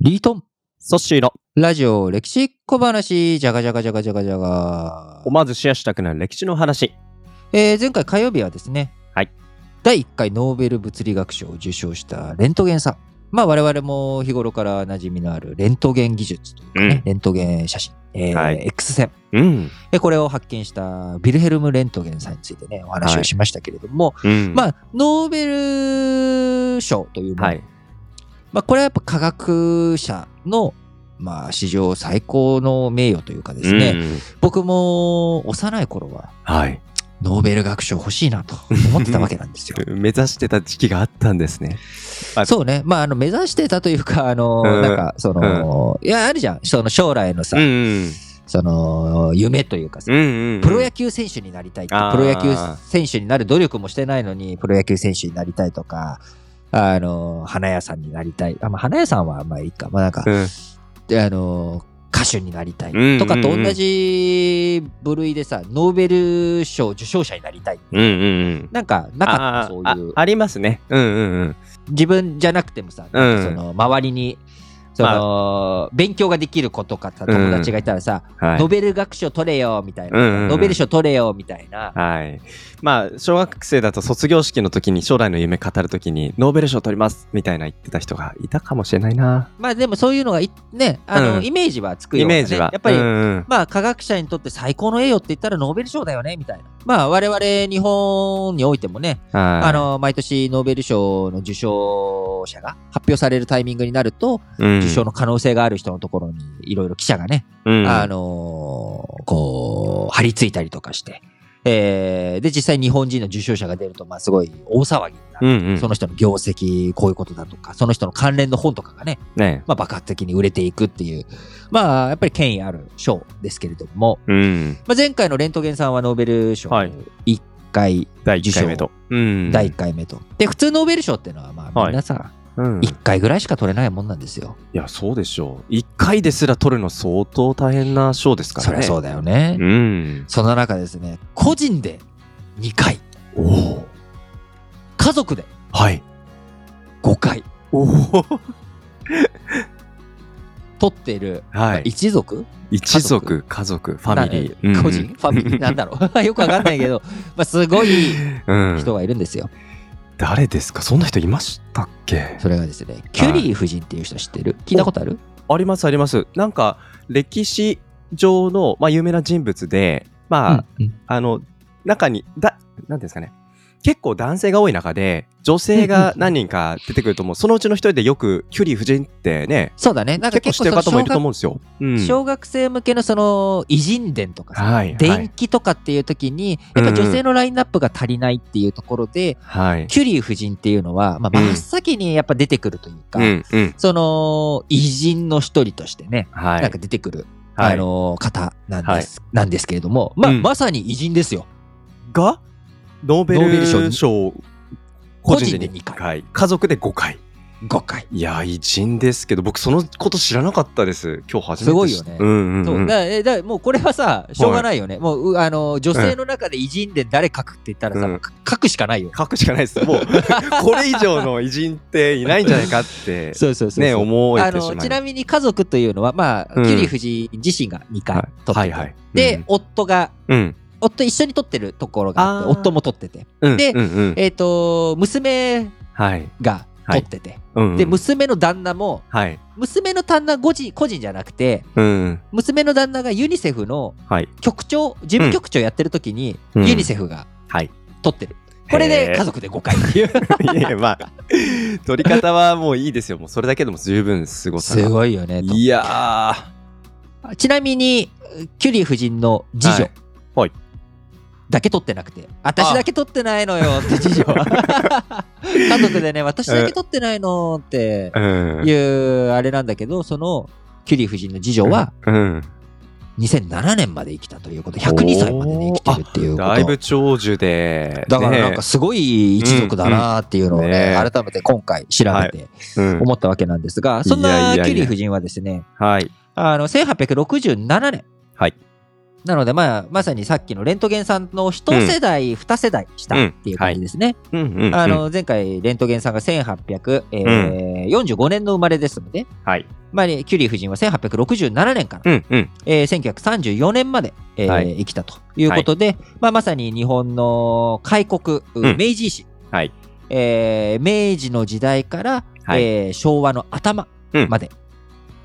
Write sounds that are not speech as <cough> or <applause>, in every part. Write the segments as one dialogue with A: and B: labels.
A: リートン、ソッシーの、
B: ラジオ歴史小話、じゃがじゃがじゃがじゃがじゃが。
A: 思わずシェアしたくなる歴史の話。
B: えー前回火曜日はですね、
A: はい
B: 第1回ノーベル物理学賞を受賞したレントゲンさん。まあ我々も日頃から馴染みのあるレントゲン技術というかね、レントゲン写真、えー
A: はい
B: X 線
A: うん。
B: えーこれを発見したビルヘルム・レントゲンさんについてね、お話
A: は
B: を
A: い
B: しましたけれども、
A: うん。
B: まあノーベル賞というもの、
A: はい。
B: まあ、これはやっぱ科学者の、まあ、史上最高の名誉というかですね、
A: うん
B: 僕も幼い頃は
A: はい。。
B: ノーベル学賞欲しいなと思ってたわけなんですよ
A: 目指してた時期があったんですね。あ
B: <laughs> そうね、まあ、あの目指してたというか、あの
A: うん
B: なんかその、いや、あるじゃん、その将来のさ、
A: ん。
B: その夢というかさ、
A: んうん
B: プロ野球選手になりたいって
A: あー
B: プロ野球選手になる努力もしてないのに、プロ野球選手になりたいとか、あの花屋さんになりたい、あまあ、花屋さんはまあいいか、まあ、なんか、
A: うん。
B: であの歌手になりた
A: うんうんう
B: い
A: ん
B: とかと同じ部類でさ、ノーベル賞受賞者になりたい
A: うんうん。
B: なんかなかった
A: あ
B: そ
A: ー
B: ういう
A: あありますね。うんうんうん。
B: 自分じゃなくてもさ、なんかその周りにその、
A: ま
B: 勉強ができる子とかさ
A: うん
B: 友達がいたらさ、
A: はい
B: ノーベル学賞取れよみたいな、
A: うんうんうん
B: ノーベル賞取れよみたいな、
A: はい。まあ、小学生だと卒業式の時に将来の夢語る時にノーベル賞取りますみたいな言ってた人がいたかもしれないな。
B: まあでもそういうのがいねあの、
A: うん
B: イメージはつく
A: イ
B: ようなね
A: メージは。
B: やっぱり、
A: うんうん
B: まあ科学者にとって最高の栄誉って言ったらノーベル賞だよねみたいなまあ我々日本においてもね
A: はい
B: あの毎年ノーベル賞の受賞者が発表されるタイミングになると、
A: うん
B: 受賞の可能性がある人のところにいろいろ記者がね、
A: うん
B: あのーこう張り付いたりとかして、えーで実際日本人の受賞者が出るとまあすごい大騒ぎにな
A: う
B: る、
A: んうん
B: その人の業績こういうことだとかその人の関連の本とかがね、
A: ね
B: まあ、爆発的に売れていくっていうまあやっぱり権威ある賞ですけれども、
A: うん
B: まあ、前回のレントゲンさんはノーベル賞
A: はい
B: 1回、
A: 第
B: 受
A: 1
B: 賞
A: 回目と、うん
B: 第1回目と。で、普通ノーベル賞っていうのは、まあ、
A: はい
B: みんなさ、
A: うんい
B: 1回ぐらいしか取れないもんなんですよ。
A: やそうでしょう1回ですら取るの相当大変な賞ですから
B: そ
A: ね
B: りゃそうだよね。
A: うん
B: そんな中ですね、個人で2回、
A: おお
B: 家族で
A: はい
B: 5回
A: おお
B: 取っている、
A: はい
B: 一族
A: 一族家族ファミリー、
B: な
A: うん
B: 個人、ファ
A: <laughs>
B: ミリーなんだろう <laughs> よくわかんないけど、まあ、すごい
A: うん
B: 人がいるんですよ。
A: 誰ですかそんな人いましたっけ
B: それがですね、キュリー夫人っていう人知ってる聞いたことある
A: ありますありますなんか歴史上の、まあ、有名な人物でまあ、
B: うんうん
A: あの中にだなんていうんですかね結構男性が多い中で女性が何人か出てくると思うそのうちの一人でよくキュリー夫人ってね
B: そうだね、なんか
A: 結構知
B: 結
A: って
B: 構そ
A: る方も
B: の
A: いると
B: 小
A: 思う
B: 学
A: んですよ。うん
B: 小学生向けのその偉人伝とかさ、
A: はいはい
B: 電気とかっていう時に、やっぱ女性のラインナップが足りないっていうところで、
A: はい
B: キュリー夫人っていうのは、まあ、
A: うん
B: 真っ先にやっぱ出てくるというか、
A: うんうん
B: その偉人の一人としてね、
A: はい
B: なんか出てくる、
A: はい
B: あの方なん
A: は
B: で
A: い
B: す、なんですけれども、まあ、
A: うん
B: まさに偉人ですよ。
A: がノーベ
B: ノーベル賞
A: ル
B: に
A: 賞個人で
B: 個人で
A: 2
B: 二回
A: 回家族で5回
B: 5回。
A: いや偉人ですけど僕そのこと知らなかったです今日初めて
B: すごいよね
A: 知うんうん
B: そううんだえだもうこれはさ、しょうがないよね。もううあの女性の中で偉人伝誰書くって言ったらさ、
A: うん
B: か書くしかないよ。
A: 書くしかないですもう <laughs> これ以上の偉人っていないんじゃないかって
B: そうそうそうそう
A: ね思え
B: あ
A: てし
B: の
A: ま
B: ち
A: い
B: なみに家族というのは、まあ、
A: うん
B: キュリー夫人自身が2回取ってて、
A: はいはいはい
B: で、
A: うん
B: 夫が
A: うん
B: 夫一緒に撮ってるところがあって
A: あー
B: 夫も撮ってて
A: うん
B: で
A: うんうん
B: えっ、と娘
A: はい
B: が撮ってて、
A: うんうん
B: で娘の旦那も
A: はい
B: 娘の旦那個人個人じゃなくて
A: うんうん
B: 娘の旦那がユニセフの
A: はい
B: 局長事務局長やってる時に、
A: うん
B: ユニセフが
A: はい
B: 撮ってる、これ
A: へ
B: で
A: ー
B: 家族で5回っていう
A: いやいやまあ取り方はもういいですよもうそれだけでも十分すごさが
B: すごいよねと
A: いやー
B: ちなみにキュリー夫人の次女、
A: はいはい
B: だけ撮ってなくて私だけ撮ってないのよって次女は家族でね私だけ撮ってないのって
A: うん
B: いうあれなんだけど、そのキュリー夫人の次女は
A: うん
B: 2007年まで生きたということ、102歳までね
A: おー
B: 生きてるっていうこと。
A: だいぶ長寿で
B: だからなんか
A: ね
B: すごい一族だなっていうのをね、
A: うんうんね
B: 改めて今回調べて
A: うん
B: 思ったわけなんですが、そん
A: いやいや
B: ないキ
A: や
B: ュリー夫人はですね、
A: はい
B: あの1867年、
A: はい
B: なので、まあ、まさにさっきのレントゲンさんの一世代、二、世代したっていう感じですね。
A: うんうんうん
B: あの、前回、レントゲンさんが1845、えー45年の生まれですので、
A: はい。
B: まあ、キュリー夫人は1867年から、
A: うんうん。
B: えー1934年まで、えー
A: はい
B: 生きたということで、まあ、まさに日本の開国、
A: うん
B: 明治維新、
A: はい
B: えー明治の時代から、
A: はい
B: えー昭和の頭
A: うん
B: まで、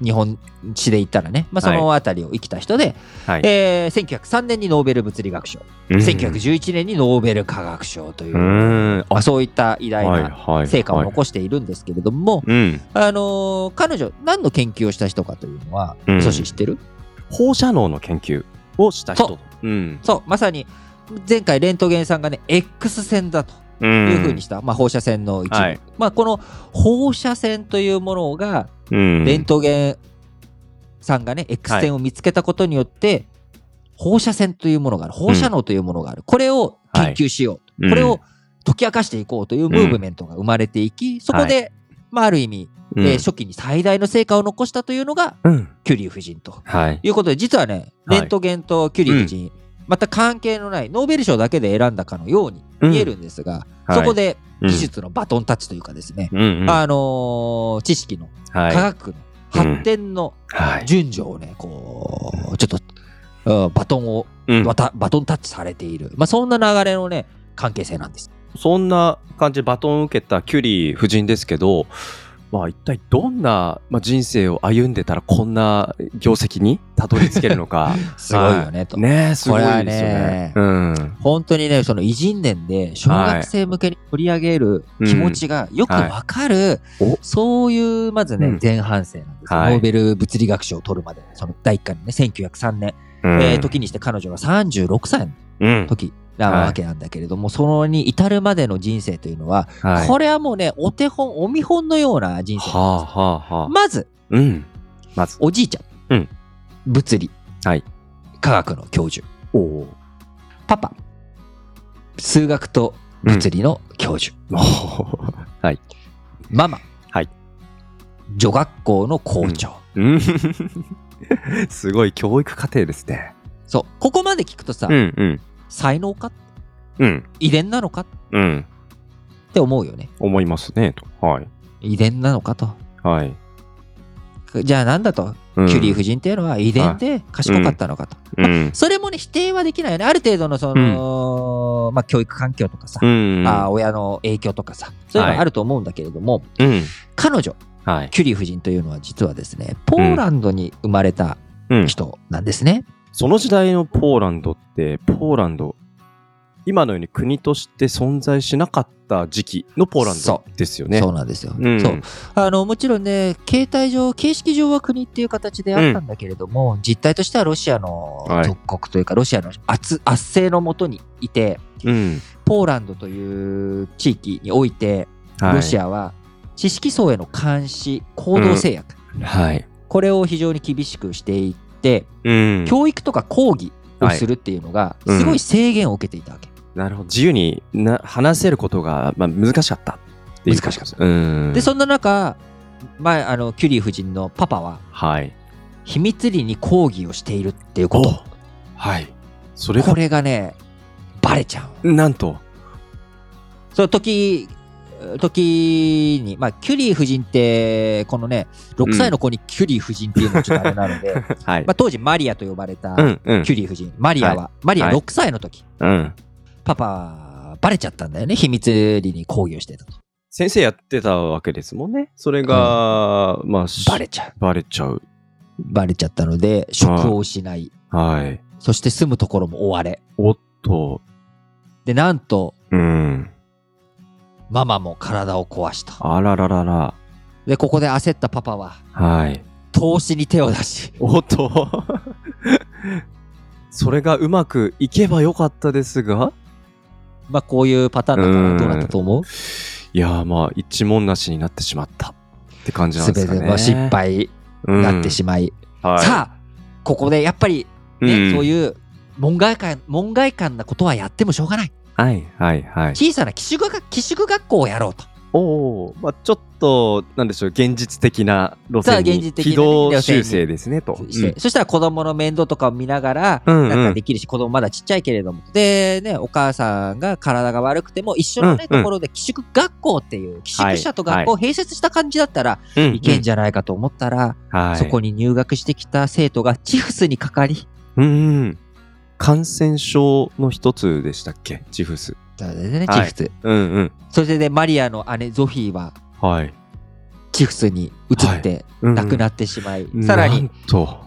B: 日本史で言ったらね、まあ、そのあたりを生きた人で、
A: はい。
B: えー1903年にノーベル物理学賞、
A: うん
B: 1911年にノーベル化学賞という、
A: うーん。
B: まあ、そういった偉大
A: はい
B: な
A: はい。
B: 成果を
A: はい
B: 残しているんですけれども、
A: うん。
B: あのー彼女、何の研究をした人かというのは、
A: うん
B: 阻止知ってる
A: 放射能の研究をした人
B: そ
A: と。うん。
B: そう、まさに前回レントゲンさんがね、X 線だと
A: い
B: いう
A: う
B: ふうにした、まあ、放射線の一部、
A: はい
B: まあ、この放射線というものが、
A: うん。
B: レントゲンさんがね、X 線を見つけたことによって、放射線というものがある、放射能というものがある、これを研究しよう、
A: うん
B: これを、解き明かしていこうというムーブメントが生まれていき、そこで、まあ、ある意味、
A: うん
B: えー初期に最大の成果を残したというのが、
A: うん。
B: キュリー夫人と
A: はい。
B: いうことで、実はね、
A: はい
B: レントゲンとキュリー夫人、また関係のないノーベル賞だけで選んだかのように見えるんですが、
A: はい
B: そこで
A: うん
B: 技術のバトンタッチというかですね、
A: うんうん。
B: あのー知識の、
A: はい。
B: 科学の発展の
A: はい。
B: 順序をね、こう、ちょっと、うんバトンを、
A: うん
B: また、バトンタッチされている、まあ、そんな流れのね、関係性なんです。
A: そんな感じでバトンを受けたキュリー夫人ですけど、まあ、一体どんなまあ人生を歩んでたらこんな業績にたどり着けるの
B: <laughs>
A: か
B: すごいよね、と。
A: ねえすごいですよね。
B: こ
A: うん、
B: 本当にね、その偉人伝で小学生向けに取り上げる気持ちがよくわかる、
A: はいお
B: そういう、まずね、
A: うん
B: 前半生なんですよ、
A: はい
B: ノーベル物理学賞を取るまで、その第一回のね、1903年、
A: うん
B: えー時にして彼女が36歳の
A: うん
B: 時な
A: はい
B: わけなんだけれども、そのに至るまでの人生というのは、
A: はい、
B: これはもうね、お手本、お見本のような人生
A: は
B: なん
A: あ
B: ですよ。
A: はあはあ、
B: まず、
A: うん、まず
B: おじいちゃ
A: う
B: ん、
A: ん
B: 物理、
A: はい
B: 科学の教授、
A: おお
B: パパ、数学と物理の教授、
A: ーはい、
B: ママ、
A: はい
B: 女学校の校長、
A: <laughs> うんすごい教育課程ですね。
B: そうここまで聞くとさ、
A: うんうん
B: 才能か
A: うん
B: 遺伝なのかっ
A: うん
B: て思うよね
A: 思いますねとはい
B: 遺伝なのかと
A: はい、
B: じゃあなんだと、
A: うん
B: キュリー夫人っていうのは遺伝で賢かったのかと、
A: うん
B: それもね否定はできないよねある程度のその、まあ、教育環境とかさ、
A: うん
B: あー親の影響とかさそういうのはあると思うんだけれども、
A: うん
B: 彼女
A: はい
B: キュリー夫人というのは実はですねポーランドに生まれた
A: うん
B: 人なんですね、
A: その時代のポーランドって、ポーランド、今のように国として存在しなかった時期のポーランド
B: そ
A: ですよね。
B: そうなんですよ、
A: うん
B: そうあのもちろんね、形態上、形式上は国っていう形であったんだけれども、実態としてはロシアの
A: はい
B: 属国というか、ロシアの圧圧政のもとにいて、
A: うん。
B: ポーランドという地域において、ロシ
A: ア。
B: アは知識層への監視、行動制約、
A: はい。
B: これを非常に厳しくしていって、
A: うん。
B: 教育とか講義をするっていうのが、
A: はいうん
B: すごい制限を受けていたわけ。
A: なるほど。自由にな話せることが、まあ、難しかったっていうことです。
B: 難し
A: うん。
B: で、そんな中、前あのキュリー夫人のパパは、
A: はい。
B: 秘密裏に講義をしているっていうこと。
A: はい。それが
B: こ、れがねバレちゃう
A: なんと。
B: <laughs> その時時に、まあ、キュリー夫人ってこのね6歳の子にキュリー夫人っていうのはちょっとあれなので、ま
A: はい。
B: あ、当時マリアと呼ばれた
A: うんうん
B: キュリー夫人マリアは、マリア
A: はい
B: 6歳の時、
A: うん。
B: パパはバレちゃったんだよね秘密裏に抗議をしてたと
A: 先生やってたわけですもんね。それが、まあ、し
B: バレちゃう
A: バレちゃう。
B: バレちゃったので職を失い、
A: はい。
B: そして住むところも追われ
A: おっと。
B: でなんと
A: うん。
B: ママも体を壊した
A: あらららら。
B: でここで焦ったパパは
A: はい。
B: 投資に手を出し
A: おっと <laughs> それがうまくいけばよかったですが
B: まあこういうパターンだからどうなったと思う
A: いやーまあ一文なしになってしまったって感じなん
B: す
A: です
B: べ
A: かね
B: ての失敗に
A: に
B: なってしまい、
A: ま
B: さあここでやっぱり、
A: あ
B: ねそういう門外観門外観なことはやってもしょうがない
A: はいはいはい
B: 小さな寄宿学寄宿学校をやろうと
A: おお、まあ、ちょっと、なんでしょう、現実的な路
B: さあ
A: 線に
B: 現実的な
A: 軌道修正ですねと。
B: してそしたら子供の面倒とかを見ながら、
A: うんうん
B: なんかできるし、子供まだちっちゃいけれども。で、ね、お母さんが体が悪くても、一緒のね、
A: うんうん
B: ところで寄宿学校っていう、寄宿舎と学校を併設した感じだったら、
A: うん
B: いけんじゃないかと思ったら、
A: はい、
B: そこに入学してきた生徒がチフスにかかり、
A: うんうん感染症の一つでしたっけ、チフス。
B: だ
A: は
B: ね、
A: い
B: チフス。
A: うんうん。
B: それでマリアの姉ゾフィーは、
A: はい。
B: チフスに移って亡くなってしまい、
A: うん
B: さら
A: な
B: に
A: んと。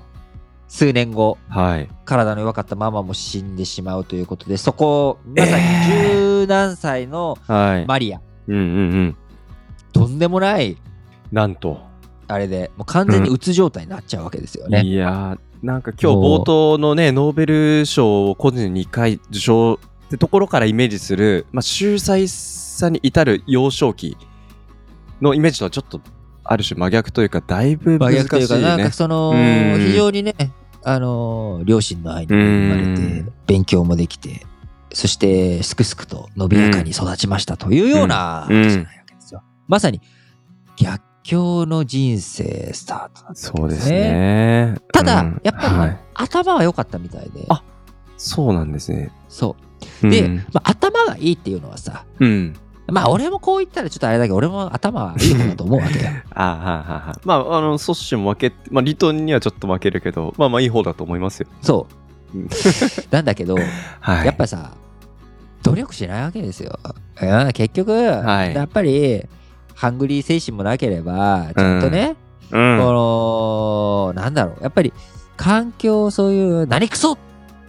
B: 数年後、
A: はい。
B: 体の弱かったママも死んでしまうということで、そこ、まさに十何歳の
A: はい。
B: マリア、
A: うんうんうん。
B: とんでもない、
A: なんと。
B: あれで、もう完全にうつ状態になっちゃうわけですよね。
A: いやー、なんか今日冒頭のね、ノーベル賞を個人2回受賞ってところからイメージする、まあ、秀才さに至る幼少期のイメージとはちょっと、ある種真逆というか、だいぶ
B: 真
A: 難しいね。
B: 逆というか、なんかその、
A: うん
B: 非常にね、あのー両親の愛に恵まれ
A: う
B: て
A: ん、
B: 勉強もできて、そして、すくすくと伸びやかに育ちましたというような
A: うん
B: 話じゃないわけですよ。まさに、逆境の人生スタートなん
A: そうです
B: ね
A: ね。
B: ただ
A: うん
B: やっぱり
A: はい
B: 頭は良かったみたいで、
A: あそうなんですね。
B: そう。で、
A: うん
B: まあ、頭がいいっていうのはさ、
A: うん。
B: まあ俺もこう言ったらちょっとあれだけど、俺も頭はいい方だと思うわけよ。
A: <laughs> あはははまあ、あの、ソッシュも負け、まあ、リトンにはちょっと負けるけど、まあまあいい方だと思いますよ。
B: そう
A: うん。
B: なんだけど、
A: はい。
B: やっぱさ、努力しないわけですよ。うん、結局、
A: い
B: やっぱり、ハングリー精神もなければ、ちゃんとね、
A: うん、
B: この、なんだろう、やっぱり、環境、そういう、何く
A: う
B: そっ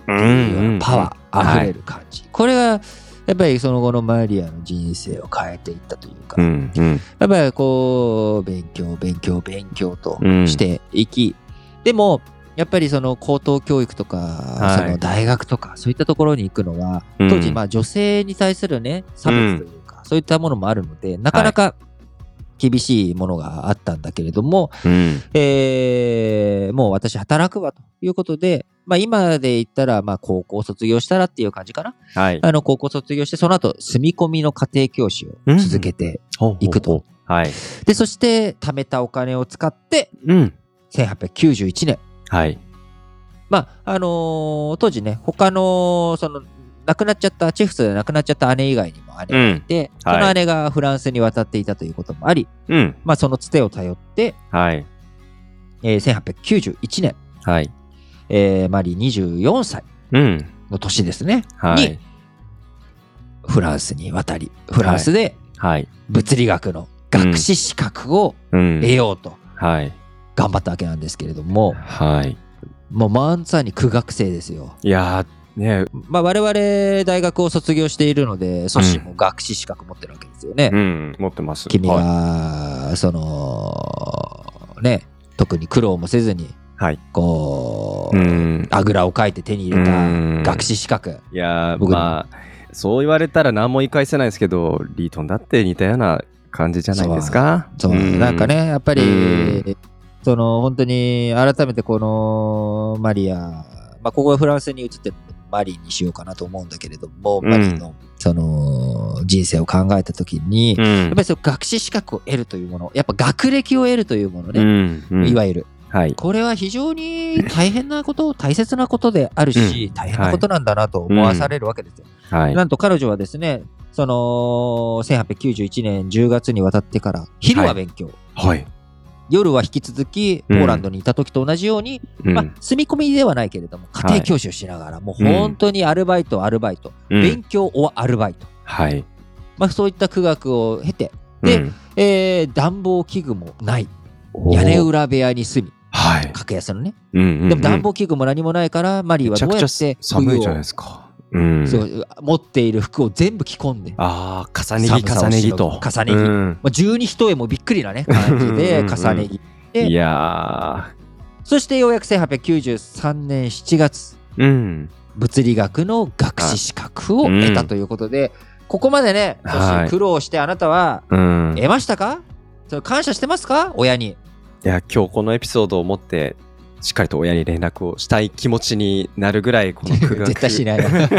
B: ていうようなんパワ
A: うん
B: ー、溢れる感じ。これが、やっぱりその後のマリアの人生を変えていったというか、
A: うんうん
B: やっぱりこう、勉強、勉強、勉強と
A: うん
B: していき、でも、やっぱりその高等教育とか、
A: い
B: その大学とか、そういったところに行くのは、
A: うん
B: 当時、まあ女性に対するね、差別というか、そういったものもあるので、なかなか厳しいものがあったんだけれども、
A: うん
B: えーもう私働くわということで、まあ今で言ったら、まあ高校卒業したらっていう感じかな。
A: はい。
B: あの高校卒業して、その後、住み込みの家庭教師を続けていくと。
A: はい。
B: で、そして貯めたお金を使って、
A: うん。
B: 1891年。
A: はい。
B: まあ、あのー当時ね、他の、その、亡くなっちゃった、チフスで亡くなっちゃった姉以外にも姉がいて、
A: はい
B: その姉がフランスに渡っていたということもあり、
A: うん。
B: まあ、そのつてを頼って、
A: はい。
B: えー1891年、
A: はい。
B: えーマリー24歳
A: うん。
B: の年ですね、
A: は
B: に
A: い。
B: フランスに渡り、フランスで
A: はい。
B: 物理学の学士資格を
A: うん
B: 得ようと
A: はい。
B: 頑張ったわけなんですけれども、
A: はい。
B: もう満載に苦学生ですよ。
A: いやー、ね
B: まあ、我々大学を卒業しているので、ソシも学士資格持ってるわけですよね。
A: うん。持ってます。
B: 君
A: はい。
B: が、その、ね、特に苦労もせずに、
A: はい
B: こう、
A: うん。
B: あぐらをかいて手に入れた
A: うん
B: 学士資格。
A: いやー、
B: 僕の
A: まあ、そう言われたら何も言い返せないですけど、リートンだって似たような感じじゃないですか。
B: そうなんか。ね、やっぱ
A: う
B: り
A: ん、
B: その、本当に、改めてこの、マリア、まあ、ここはフランスに移ってるのでマリーにしようかなと思うんだけれども、
A: うん
B: マリーの、その、人生を考えたときに、
A: う
B: や
A: ん
B: っぱ。りその学士資格を得るというもの、やっぱ学歴を得るというもの
A: う
B: ね、
A: ん。うん
B: いわゆる。
A: はい。
B: これは非常に大変なこと、大切なことであるし、大変なことなんだなと思わされるわけですよ。
A: はい。
B: なんと彼女はですね、その、1891年10月に渡ってから、昼は勉強、
A: はい。
B: 夜は引き続き、ポーランドにいた時と同じように、
A: うん
B: まあ、住み込みではないけれども、家庭教師をしながら、もう本当にアルバイト、アルバイト、
A: うん
B: 勉強をアルバイト、
A: はい。
B: まあ、そういった苦学を経て、で
A: うん、
B: えー暖房器具もない、
A: おー
B: 屋根。裏部屋に住み、
A: はい。
B: 格安のね、
A: うんうんうん
B: でも暖房器具も何もないから、マリーは
A: めちゃ
B: どう
A: く
B: や
A: ちゃ
B: って
A: 寒いじゃないですすか。うん。
B: そう持っている服を全部着込んで、ま
A: ああ、重ね着重ね着と。
B: 重ね着
A: うん
B: あ、十二一重もびっくりなね感じで
A: うんうんうん
B: 重ね着。で
A: いや
B: そしてようやく1893年7月、
A: ー。うん。
B: 物理学の学士資格を得たということで、ここまでね、
A: はい
B: もし苦労してあなたは
A: うん。い
B: 得ましたかそれ感謝してますか親に。
A: や、今日このエピソードを持って、しっかりと親に連絡をしたい気持ちになるぐらい、この苦学
B: 絶対し
A: <laughs> い。
B: ないわ。
A: い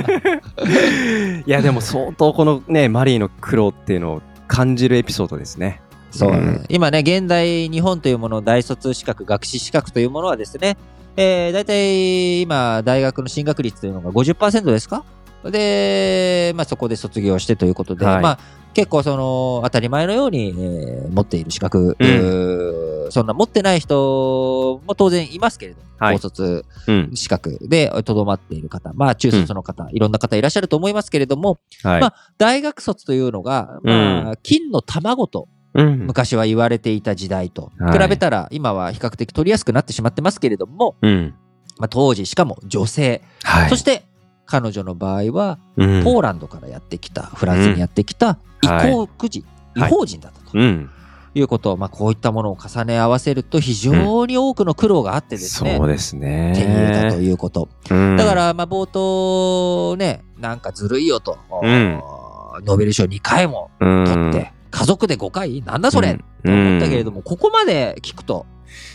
A: や、でも相当このね、マリーの苦労っていうのを感じるエピソードですね。
B: そう、
A: うん
B: 今ね、現代日本というもの、大卒資格、学士資格というものはですね、えー、大体今、大学の進学率というのが50%ですかで、まあ、そこで卒業してということで、
A: はい
B: まあ、結構その当たり前のように、えー持っている資格、
A: うん
B: うーそんな持ってない人も当然いますけれど、
A: はい
B: 高卒
A: うん。
B: 資格でとどまっている方、まあ、中卒の方、いろんな方いらっしゃると思いますけれども、
A: はい。
B: まあ大学卒というのが、まあ、金の卵と
A: うん。
B: 昔は言われていた時代と、
A: はい
B: 比べたら今は比較的取りやすくなってしまってますけれども、
A: うん。
B: まあ、当時しかも女性、
A: はい。
B: そして彼女の場合は
A: うん
B: ポーランドからやってきた、フランスにやってきた
A: う
B: 異
A: んはい
B: 国人、
A: はい
B: 違法人だったと
A: うん。
B: いうこと、まあ、こういったものを重ね合わせると非常に多くの苦労があってですね、
A: そうですね。
B: 手に入れたということ、
A: うん
B: だか、らまあ冒頭ねなんかずるいよと、
A: うん
B: ノーベル賞2回も
A: うん
B: 取って、、家族で5回なんだそれ、
A: う
B: と
A: ん
B: 思ったけれども、ここまで聞くと、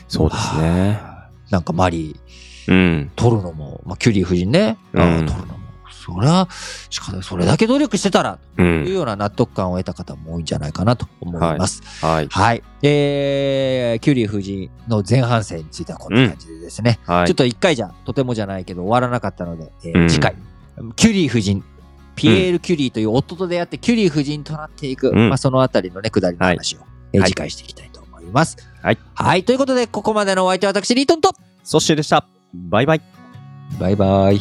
A: そうですね。
B: なんかマリー、
A: うん。
B: 取るのも、まあ、キュリー夫人ね、
A: うん
B: ああ取るのも、そりゃ、しかそれだけ努力してたら、
A: う。
B: というんような納得感を得た方も多いんじゃないかなと思います。
A: はい。
B: はい。えー、キュリー夫人の前半戦についてはこんな感じでですね、
A: はい。
B: ちょっと一回じゃ、とてもじゃないけど終わらなかったので、えー
A: うん
B: 次回、キュリー夫人、ピエール・キュリーという夫と出会って、キュリー夫人となっていく、
A: うん
B: まあ、そのあたりのね、下りの話を、えー
A: はい
B: 次回していきたいと思います。
A: はい。
B: はい。ということで、ここまでのお相手は私、リートンと、
A: ソッシュでした。バイバイ。
B: バイバイ。